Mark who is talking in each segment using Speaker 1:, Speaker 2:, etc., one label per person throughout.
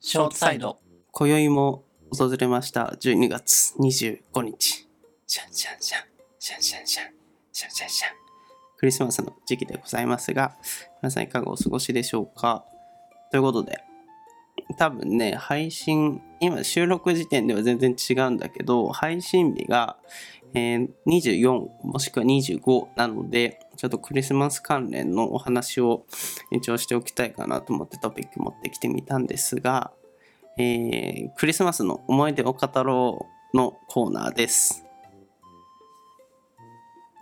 Speaker 1: ショートサイド。
Speaker 2: 今宵も訪れました12月25日。シャンシャンシャン、シャンシャンシャン、シャンシャンシャン。クリスマスの時期でございますが、皆さんいかがお過ごしでしょうかということで、多分ね、配信、今収録時点では全然違うんだけど、配信日が、えー24もしくは25なので、ちょっとクリスマス関連のお話を一応しておきたいかなと思ってトピック持ってきてみたんですが、えークリスマスの思い出を語ろうのコーナーです。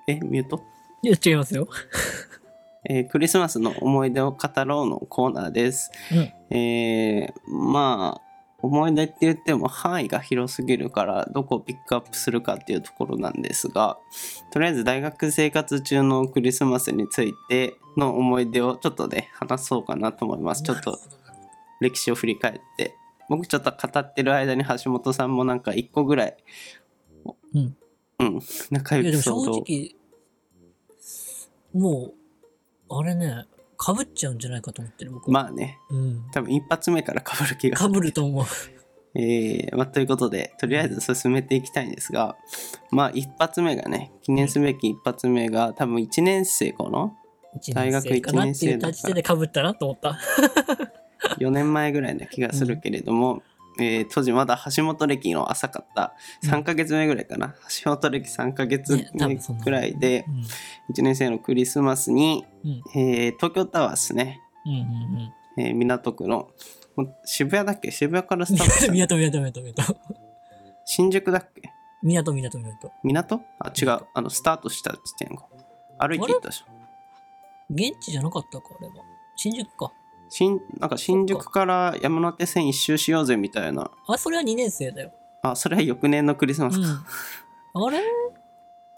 Speaker 2: え、ミュート
Speaker 1: いや、違いますよ。
Speaker 2: えークリスマスの思い出を語ろうのコーナーです。
Speaker 1: うん
Speaker 2: えーまあ思い出って言っても範囲が広すぎるからどこをピックアップするかっていうところなんですがとりあえず大学生活中のクリスマスについての思い出をちょっとね話そうかなと思います。ちょっと歴史を振り返って僕ちょっと語ってる間に橋本さんもなんか1個ぐらい、
Speaker 1: うん
Speaker 2: うん、仲
Speaker 1: いや、
Speaker 2: 良
Speaker 1: で
Speaker 2: く
Speaker 1: も
Speaker 2: 相当
Speaker 1: 正直、もう、あれね、被っちゃうんじゃないかと思ってる、僕は。
Speaker 2: まあね
Speaker 1: うん。
Speaker 2: 多分一発目から被る気がす
Speaker 1: 被ると思う。
Speaker 2: えーまあ、ということでとりあえず進めていきたいんですがまあ一発目がね記念すべき一発目が多分1年生かな 大学
Speaker 1: 一かなってい
Speaker 2: 一年生だ
Speaker 1: う
Speaker 2: から
Speaker 1: 立ちで被ったなと思った。
Speaker 2: 4年前ぐらいな気がするけれども、えー当時まだ橋本歴の浅かった3ヶ月目ぐらいかな、橋本歴3ヶ月
Speaker 1: ね多
Speaker 2: 目
Speaker 1: 分そんな
Speaker 2: ぐらいで
Speaker 1: うん。
Speaker 2: 1年生のクリスマスに、
Speaker 1: うん
Speaker 2: えー東京タワーですね、
Speaker 1: うん うん
Speaker 2: えー港区のもう渋谷だっけ渋谷からスタートし
Speaker 1: うん。
Speaker 2: た
Speaker 1: 港、港、港、港。
Speaker 2: 新宿だっけ
Speaker 1: 港、港、港。
Speaker 2: 港あ違うあのスタートした地点が歩いていったでしょ
Speaker 1: 現地じゃなかったか、あれは。新宿か。
Speaker 2: 新なんか新宿から山手線一周しようぜみたいな
Speaker 1: あ、それは2年生だよ。
Speaker 2: あそれは翌年のクリスマス
Speaker 1: う
Speaker 2: か、
Speaker 1: ん。あれ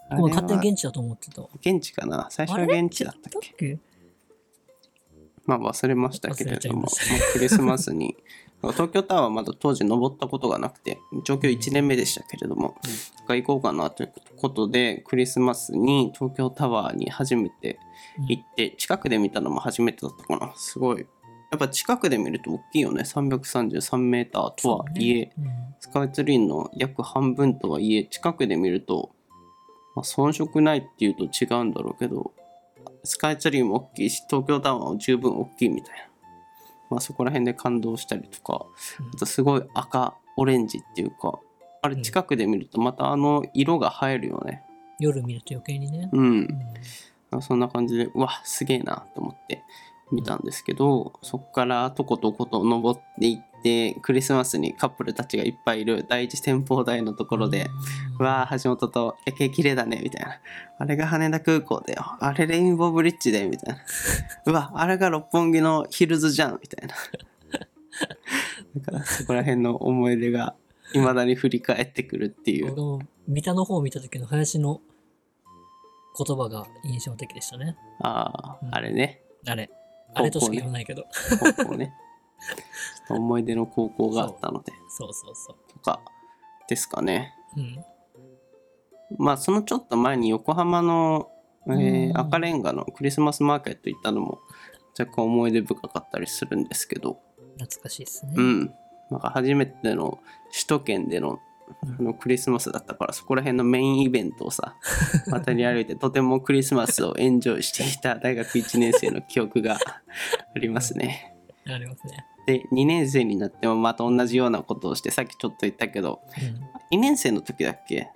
Speaker 2: あれ
Speaker 1: ご
Speaker 2: は
Speaker 1: めん勝手に現地だと思ってたわ。
Speaker 2: 現地かな最初は
Speaker 1: あれ
Speaker 2: 現地だったっけ
Speaker 1: け
Speaker 2: まあ忘れましたけれども
Speaker 1: 忘れちゃいました
Speaker 2: もうクリスマス に東京タワーまだ当時登ったことがなくて上京1年目でしたけれども、が行こうかなということでクリスマスに東京タワーに初めて行って近くで見たのも初めてだったかなすごいやっぱ近くで見ると大きいよね 333m とはいえ、
Speaker 1: うん
Speaker 2: スカイツリーの約半分とはいえ近くで見ると、まあ、遜色ないっていうと違うんだろうけどスカイツリーも大きいし東京タワーも十分大きいみたいな、まあ、そこら辺で感動したりとか
Speaker 1: うん
Speaker 2: あとすごい赤オレンジっていうかあれ近くで見るとまたあの色が映えるよね
Speaker 1: 夜見ると余計にね。
Speaker 2: うん
Speaker 1: うん
Speaker 2: そんな感じでうわすげえなと思って見たんですけど、そこからとことこと登っていってクリスマスにカップルたちがいっぱいいる第一展望台のところで、うわあ橋本と夜景綺麗だねみたいなあれが羽田空港だよあれレインボーブリッジだよみたいなうわあれが六本木のヒルズじゃんみたいなだからそこら辺の思い出がいまだに振り返ってくるっていう
Speaker 1: 俺も三田の方を見た時の林の言葉が印象的でしたね。
Speaker 2: あ
Speaker 1: うん
Speaker 2: ああれね
Speaker 1: あれ。
Speaker 2: 高校ね
Speaker 1: あれとしか言わないけど。
Speaker 2: 高校ねちょっと思い出の高校があったので
Speaker 1: そうそうそう。
Speaker 2: とかですかね
Speaker 1: うん。
Speaker 2: まあそのちょっと前に横浜の、えー
Speaker 1: うん
Speaker 2: 赤レンガのクリスマスマーケット行ったのも若干思い出深かったりするんですけど
Speaker 1: 懐かしいですね。
Speaker 2: うん、なんか初めての首都圏でのあのクリスマスだったからそこら辺のメインイベントをさ渡り歩いてとてもクリスマスをエンジョイしていた大学1年生の記憶がありますね。
Speaker 1: ありますね。
Speaker 2: で2年生になってもまた同じようなことをしてさっきちょっと言ったけど
Speaker 1: うん、
Speaker 2: 2年生の時だっけ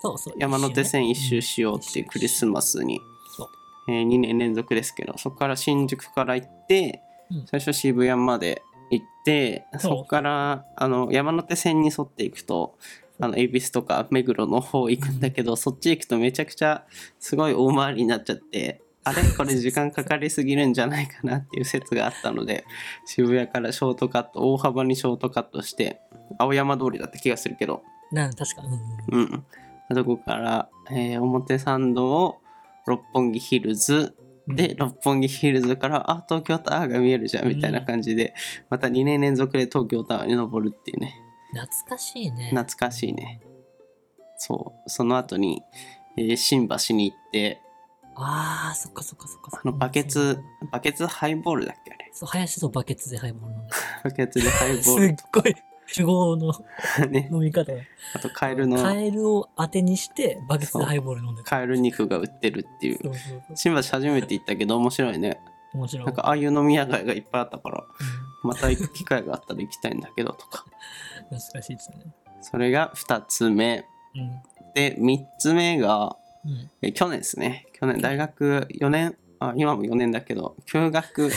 Speaker 1: そうそう。
Speaker 2: 山手線一周
Speaker 1: し、
Speaker 2: しようっていうクリスマスに、
Speaker 1: そう
Speaker 2: えー2年連続ですけどそこから新宿から行って
Speaker 1: うん
Speaker 2: 最初渋谷まで行って、そこからあの山手線に沿っていくとあの恵比寿とか目黒の方行くんだけど、そっち行くとめちゃくちゃすごい大回りになっちゃって。あれこれ時間かかりすぎるんじゃないかなっていう説があったので渋谷からショートカット大幅にショートカットして青山通りだった気がするけど
Speaker 1: なん確か、うんうん
Speaker 2: うん。そこから、えー表参道を六本木ヒルズ
Speaker 1: うん、
Speaker 2: で、六本木ヒルズから、あ、東京タワーが見えるじゃんみたいな感じで、また2年連続で東京タワーに登るっていうね、
Speaker 1: 懐かしいね。
Speaker 2: 懐かしいね。そう、その後に、えー新橋に行って、
Speaker 1: ああ、そっかそっかそっかそっ
Speaker 2: あ
Speaker 1: か。
Speaker 2: の、バケツ、バケツハイボールだっけあれ。
Speaker 1: そう、林とバケツでハイボール飲んで
Speaker 2: バケツでハイ
Speaker 1: た。す
Speaker 2: ボール
Speaker 1: っごい、 主語の
Speaker 2: とかね。
Speaker 1: 飲み方。
Speaker 2: あと、カエルの、
Speaker 1: カエルを当てにして、バケツでハイボール飲んでた。
Speaker 2: カエル肉が売ってるっていう。
Speaker 1: そうそうそう。
Speaker 2: 新橋初めて行ったけど面白いね。
Speaker 1: 面白い。
Speaker 2: なんか、ああいう飲み屋街がいっぱいあったから、
Speaker 1: うん
Speaker 2: また行く機会があったら行きたいんだけどとか。
Speaker 1: 懐かしいですね。
Speaker 2: それが2つ目。
Speaker 1: う
Speaker 2: で、3つ目が、
Speaker 1: ん。うん。
Speaker 2: え去年ですね。去年、大学4年、あ、今も4年だけど、休 学、んちょ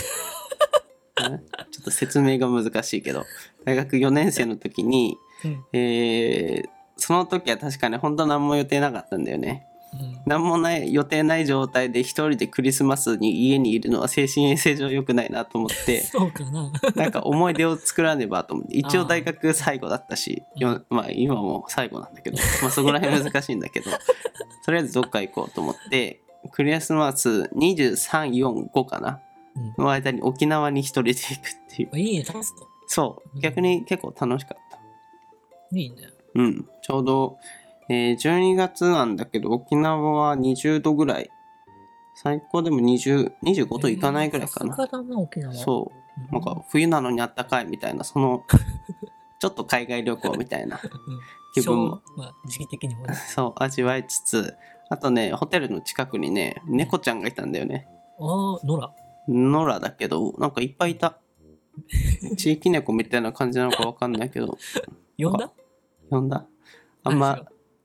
Speaker 2: っと説明が難しいけど、大学4年生の時に、
Speaker 1: うん。
Speaker 2: えーその時は確かに本当何も予定なかったんだよね。
Speaker 1: うん
Speaker 2: 何もない、予定ない状態で一人でクリスマスに家にいるのは精神衛生上良くないなと思って、
Speaker 1: そうかな。
Speaker 2: なんか思い出を作らねばと思って、一応大学最後だったし、
Speaker 1: うん
Speaker 2: よまあ今も最後なんだけ ど、まあそこら辺難しいんだけど、とりあえずどっか行こうと思って、クリスマス23、4、5かな
Speaker 1: うん
Speaker 2: の間に沖縄に一人で行くっていう。
Speaker 1: あいいね、楽しそう。
Speaker 2: そう、逆に結構楽しかった。
Speaker 1: いいね。
Speaker 2: うん、ちょうど、えー12月なんだけど、沖縄は20度ぐらい。最高でも20 25度いかないぐらいかな
Speaker 1: さ。すがだな、沖縄。
Speaker 2: そう。
Speaker 1: う
Speaker 2: なんか冬なのにあったかいみたいな、そ の、ちょっと海外旅行みたいな
Speaker 1: うん
Speaker 2: 気分も、
Speaker 1: そうまあ、時期的にもね。
Speaker 2: そう、味わいつつ、あとね、ホテルの近くにね、猫ちゃんがいたんだよね。
Speaker 1: ああ、野良。
Speaker 2: 野良だけど、なんかいっぱいい た。地域猫みたいな感じなのかわかんないけど、
Speaker 1: 呼んだ
Speaker 2: 呼んだあんま。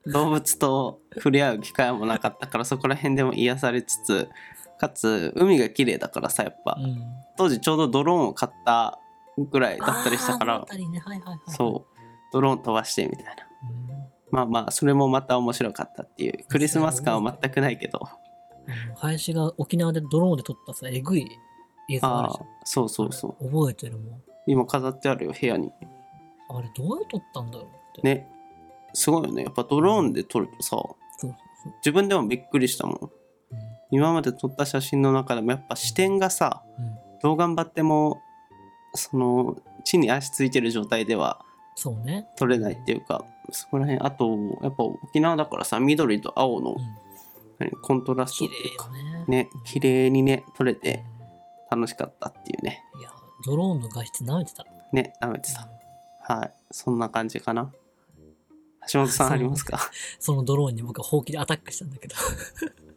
Speaker 2: 動物と触れ合う機会もなかったから、そこら辺でも癒されつつ、かつ、海が綺麗だからさ、やっぱ、
Speaker 1: うん。
Speaker 2: 当時ちょうどドローンを買ったぐらいだったりしたか
Speaker 1: あーあの
Speaker 2: ら、
Speaker 1: 辺りねはいはいはい
Speaker 2: そう、ドローン飛ばしてみたいな。
Speaker 1: うん。
Speaker 2: まあまあ、それもまた面白かったっていう。クリスマス感は全くないけど。
Speaker 1: あの林が沖縄でドローンで撮ったさ、えぐい映像あ
Speaker 2: あ
Speaker 1: る
Speaker 2: あ、そうそうそう。
Speaker 1: じゃん。覚えてるもん。
Speaker 2: 今飾ってあるよ、部屋に。
Speaker 1: あれ、どうやって撮ったんだろうって。。
Speaker 2: ね。すごいよね。やっぱドローンで撮るとさ、
Speaker 1: そうそう
Speaker 2: 自分でもびっくりしたもん。
Speaker 1: そう。
Speaker 2: 今まで撮った写真の中でもやっぱ視点がさ、
Speaker 1: うん。うん
Speaker 2: どう頑張っても、その、地に足ついてる状態では
Speaker 1: そうね。
Speaker 2: 撮れないっていうか、そこら辺、あと、やっぱ沖縄だからさ、緑と青の
Speaker 1: うん。
Speaker 2: 何コントラスト
Speaker 1: 綺
Speaker 2: ってい
Speaker 1: 麗
Speaker 2: うか
Speaker 1: よ、ね。
Speaker 2: ね、綺麗にね、撮れて
Speaker 1: う
Speaker 2: 楽しかったっていうね。
Speaker 1: んいや、ドローンの画質舐めてた。
Speaker 2: ね、舐めてた。はい、そんな感じかな。橋本さん
Speaker 1: そ
Speaker 2: あ
Speaker 1: う
Speaker 2: りますか
Speaker 1: そのドローンに僕はほうきでアタックしたんだけど。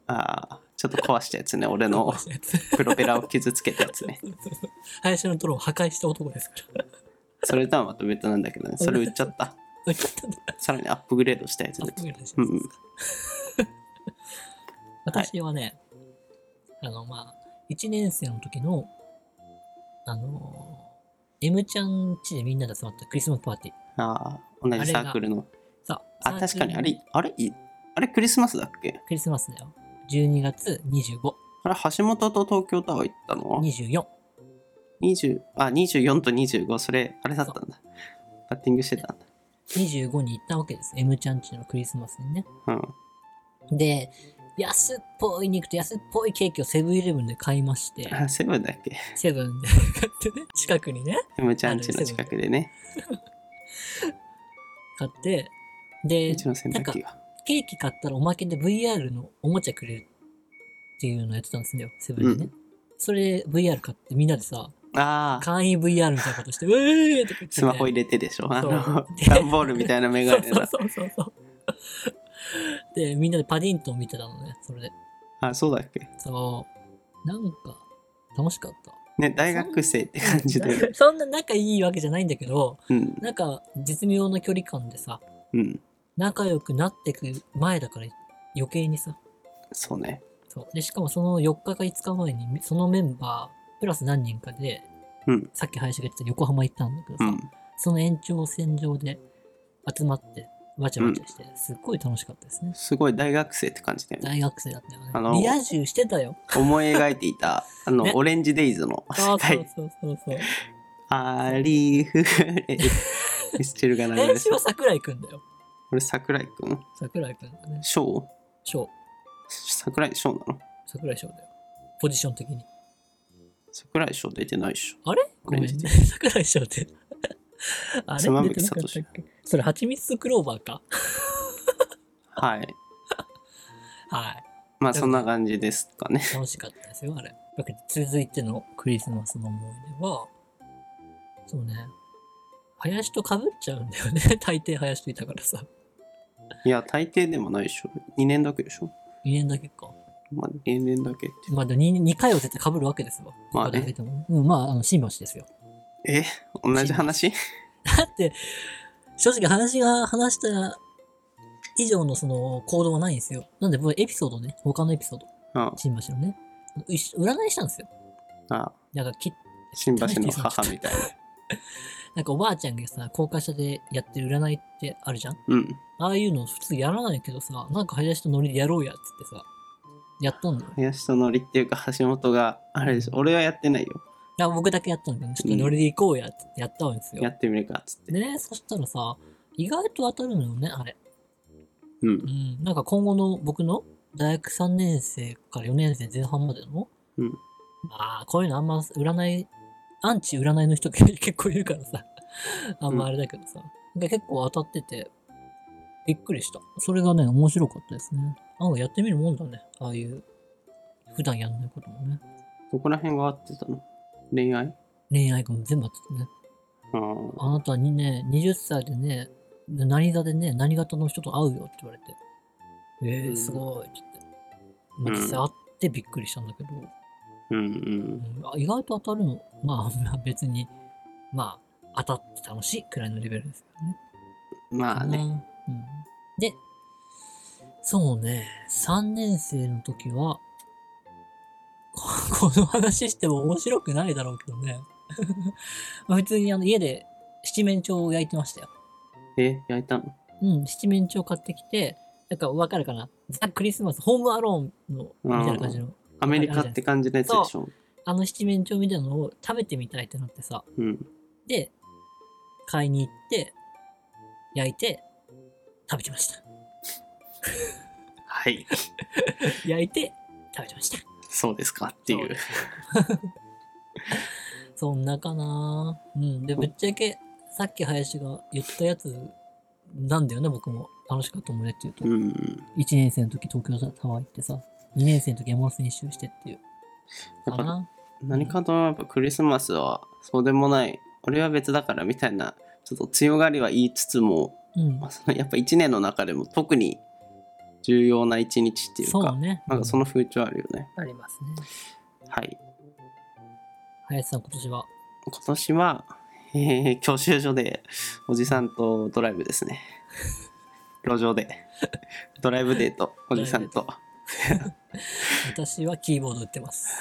Speaker 2: ああ、ちょっと壊したやつね、俺 の
Speaker 1: やつ
Speaker 2: プロペラを傷つけたやつね。
Speaker 1: 林のドローンを破壊した男で すから。
Speaker 2: それとはまた別なんだけどね、それ売っちゃった。
Speaker 1: 受けたんだ。
Speaker 2: さらにアップグレードしたやつ
Speaker 1: アッ
Speaker 2: ね
Speaker 1: プ。グレードし
Speaker 2: う
Speaker 1: ま
Speaker 2: ん
Speaker 1: す
Speaker 2: うん。
Speaker 1: 私はね、あの、まあ、1年生の時の、あのー、M ちゃん家でみんなで集まったクリスマスパーティー。
Speaker 2: ああ、同じサークルの。
Speaker 1: さ
Speaker 2: あ、
Speaker 1: サークル
Speaker 2: 確かにあれ、あれ、いあれクリスマスだっけ
Speaker 1: クリスマスだよ。12月25、
Speaker 2: あれ、橋本と東京タワー行ったのは
Speaker 1: 24。
Speaker 2: 20あ、24と25、それ、あれだったんだ。バッティングしてたんだ。
Speaker 1: 25に行ったわけです。M ちゃん家のクリスマスにね。
Speaker 2: うん。
Speaker 1: で、安っぽい肉と安っぽいケーキをセブンイレブンで買いまして、
Speaker 2: あ、セブンだっけ
Speaker 1: セブンで 買ってね、近くにね、
Speaker 2: M ちゃん家の近くでね、
Speaker 1: 買って、で
Speaker 2: う、ちの洗濯機が。
Speaker 1: ケーキ買ったらおまけで VR のおもちゃくれるっていうのをやってたんですよ、セブンでね。
Speaker 2: う
Speaker 1: それ VR 買ってみんなでさ、
Speaker 2: ああ。
Speaker 1: 簡易 VR みたいなことして、うえーとか言って、ね。
Speaker 2: スマホ入れてでしょあ の
Speaker 1: そう、
Speaker 2: 段ボールみたいなメガネ
Speaker 1: そう
Speaker 2: だ。
Speaker 1: そうそうそう。で、みんなでパディントン見てたのね、それで。
Speaker 2: あ、そうだっけ
Speaker 1: そう。なんか、楽しかった。
Speaker 2: ね、大学生って感じで。
Speaker 1: そんな仲いいわけじゃないんだけど、
Speaker 2: うん、
Speaker 1: なんか、絶妙な距離感でさ、
Speaker 2: うん。
Speaker 1: 仲良くなってく前だから余計にさ。
Speaker 2: そうね。
Speaker 1: そう。で、しかもその4日か5日前に、そのメンバー、プラス何人かで、
Speaker 2: うん
Speaker 1: さっき林が言ってた横浜行ったんだけど
Speaker 2: う
Speaker 1: さ、
Speaker 2: ん。
Speaker 1: その延長線上で集まって、わちゃわちゃして、すっごい楽しかったですね。
Speaker 2: すごい大学生って感じだよね。
Speaker 1: 大学生だったよね。
Speaker 2: あの
Speaker 1: リア充してたよ。
Speaker 2: 思い描いてい た、あの、
Speaker 1: ね
Speaker 2: オレンジデイズの
Speaker 1: そ
Speaker 2: 世
Speaker 1: うそう
Speaker 2: 界。
Speaker 1: そうそうそう。
Speaker 2: ありふれ。ミスチルが流れ
Speaker 1: 練
Speaker 2: て
Speaker 1: 習
Speaker 2: た
Speaker 1: は。桜井くんだよ。
Speaker 2: これ桜井くん
Speaker 1: 桜井くんだね。
Speaker 2: 翔
Speaker 1: 翔。
Speaker 2: 桜井翔なの
Speaker 1: 桜井翔だよ。ポジション的に。
Speaker 2: 桜井翔出てないでしょ。
Speaker 1: あれ
Speaker 2: オ
Speaker 1: ご
Speaker 2: レ
Speaker 1: めん
Speaker 2: ンジ
Speaker 1: ね。桜井翔 って。あれ
Speaker 2: 妻夫木
Speaker 1: 出てなかったっけそれ、蜂蜜クローバーか。
Speaker 2: はい。
Speaker 1: はい。
Speaker 2: まあそんな感じですかね。
Speaker 1: 楽しかったですよ、あれ。だけど続いてのクリスマスの思い出は、そうね、林と被っちゃうんだよね。 大抵林といたからさ。
Speaker 2: いや、大抵でもないでしょ。2年だけでしょ。
Speaker 1: 2年だけか。
Speaker 2: まあ2年だけって。
Speaker 1: まあ、でも 2, 2回は絶対被るわけですわ。
Speaker 2: まあね
Speaker 1: ここで挙げてもうん、まあ、あの、新橋ですよ。
Speaker 2: え同じ話
Speaker 1: だって、正直話が、話した以上のその行動はないんですよ。なんで、僕エピソードね、他のエピソード、
Speaker 2: うん。
Speaker 1: 新橋のね、一緒占いしたんですよ。
Speaker 2: あ、
Speaker 1: なんかき、
Speaker 2: 新橋の母みたいな。
Speaker 1: なんかおばあちゃんがさ、高架下でやってる占いってあるじゃん
Speaker 2: うん。
Speaker 1: あ あいうの普通やらないけどさ、なんか林とノリでやろうやっつってさ、やったんだよ。い
Speaker 2: 林とのりっていうか橋本が、あれでしょ。俺はやってないよ。
Speaker 1: や、僕だけやったんだけど、ちょっとノリで行こうやっつってやったんです
Speaker 2: や
Speaker 1: よ。
Speaker 2: ってみるかっつって。
Speaker 1: でね、そしたらさ、意外と当たるのよね、あれ。
Speaker 2: う。
Speaker 1: うんん、なんか今後の僕の大学3年生から4年生前半までの、
Speaker 2: うん
Speaker 1: まあ、こういうのあんま占い、アンチ占いの人が結構いるからさ、 あんまあれだけどさ、なんか結構当たってて、びっくりした。それがね、面白かったですね。案外やってみるもんだね、ああいう、普段やんないこともね。
Speaker 2: そこら辺が合ってたの恋愛
Speaker 1: 恋愛も全部あっててね。
Speaker 2: あー
Speaker 1: あなたにね、20歳でね、何座でね、何型の人と会うよって言われて、え
Speaker 2: うん
Speaker 1: ー、すごいって言って。ま
Speaker 2: う
Speaker 1: あ、
Speaker 2: ん
Speaker 1: 実際会ってびっくりしたんだけど、
Speaker 2: うんう。
Speaker 1: うんんあ意外と当たるの、まあ、ま あ別に、まあ、当たって楽しいくらいのレベルですよね。
Speaker 2: まあね。
Speaker 1: うん。で、そうね、3年生の時は、ここ の話しても面白くないだろうけどね。 まあ普通にあの家で七面鳥を焼いてましたよ。
Speaker 2: え、焼いたの
Speaker 1: うん、七面鳥買ってきて、なんかわかるかなザ・クリスマス、ホームアローンの、みたいな感じの、
Speaker 2: アメリカって感じのやつでしょ。
Speaker 1: あの七面鳥みたいなのを食べてみたいってなってさ、
Speaker 2: うん。
Speaker 1: で、買いに行って、焼いて、食べてました。
Speaker 2: はい。
Speaker 1: 焼いて、食べてました。
Speaker 2: そうですかっていう。
Speaker 1: そんなかなうん。で、ぶっちゃけ、さっき林が言ったやつ、なんだよね、僕も。楽しかったもんねっていうと。
Speaker 2: うん。
Speaker 1: 1年生の時東京タワー行ってさ、2年生の時山手線一周してっていう。
Speaker 2: や
Speaker 1: か
Speaker 2: っぱ
Speaker 1: な
Speaker 2: 何かとやっぱクリスマスはそうでもない俺は別だからみたいなちょっと強がりは言いつつも、
Speaker 1: うん
Speaker 2: まあ。そのやっぱ1年の中でも特に重要な一日っていうか
Speaker 1: そうね。
Speaker 2: なんかその風潮あるよね
Speaker 1: ありますね。
Speaker 2: はい
Speaker 1: 林さん、今年は。
Speaker 2: 今年は、えー教習所でおじさんとドライブですね路上でドライブデートおじさんと
Speaker 1: 私はキーボード打っ てます。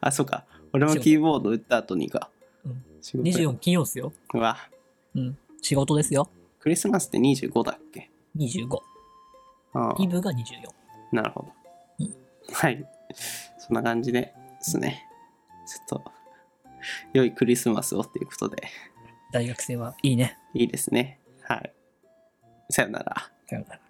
Speaker 2: あそうか俺もキーボード打った後にか、
Speaker 1: うん
Speaker 2: 仕事
Speaker 1: 24金曜っすよ。
Speaker 2: うわ
Speaker 1: うん。仕事ですよ。
Speaker 2: クリスマスって25だっけ
Speaker 1: 25。
Speaker 2: ああ
Speaker 1: イブが24。
Speaker 2: なるほ
Speaker 1: う
Speaker 2: ど。はい。そんな感じでですね。ちょっと、良いクリスマスをっていうことで、
Speaker 1: 大学生はいいね。
Speaker 2: いいですね。はい。さよなら。
Speaker 1: さよなら。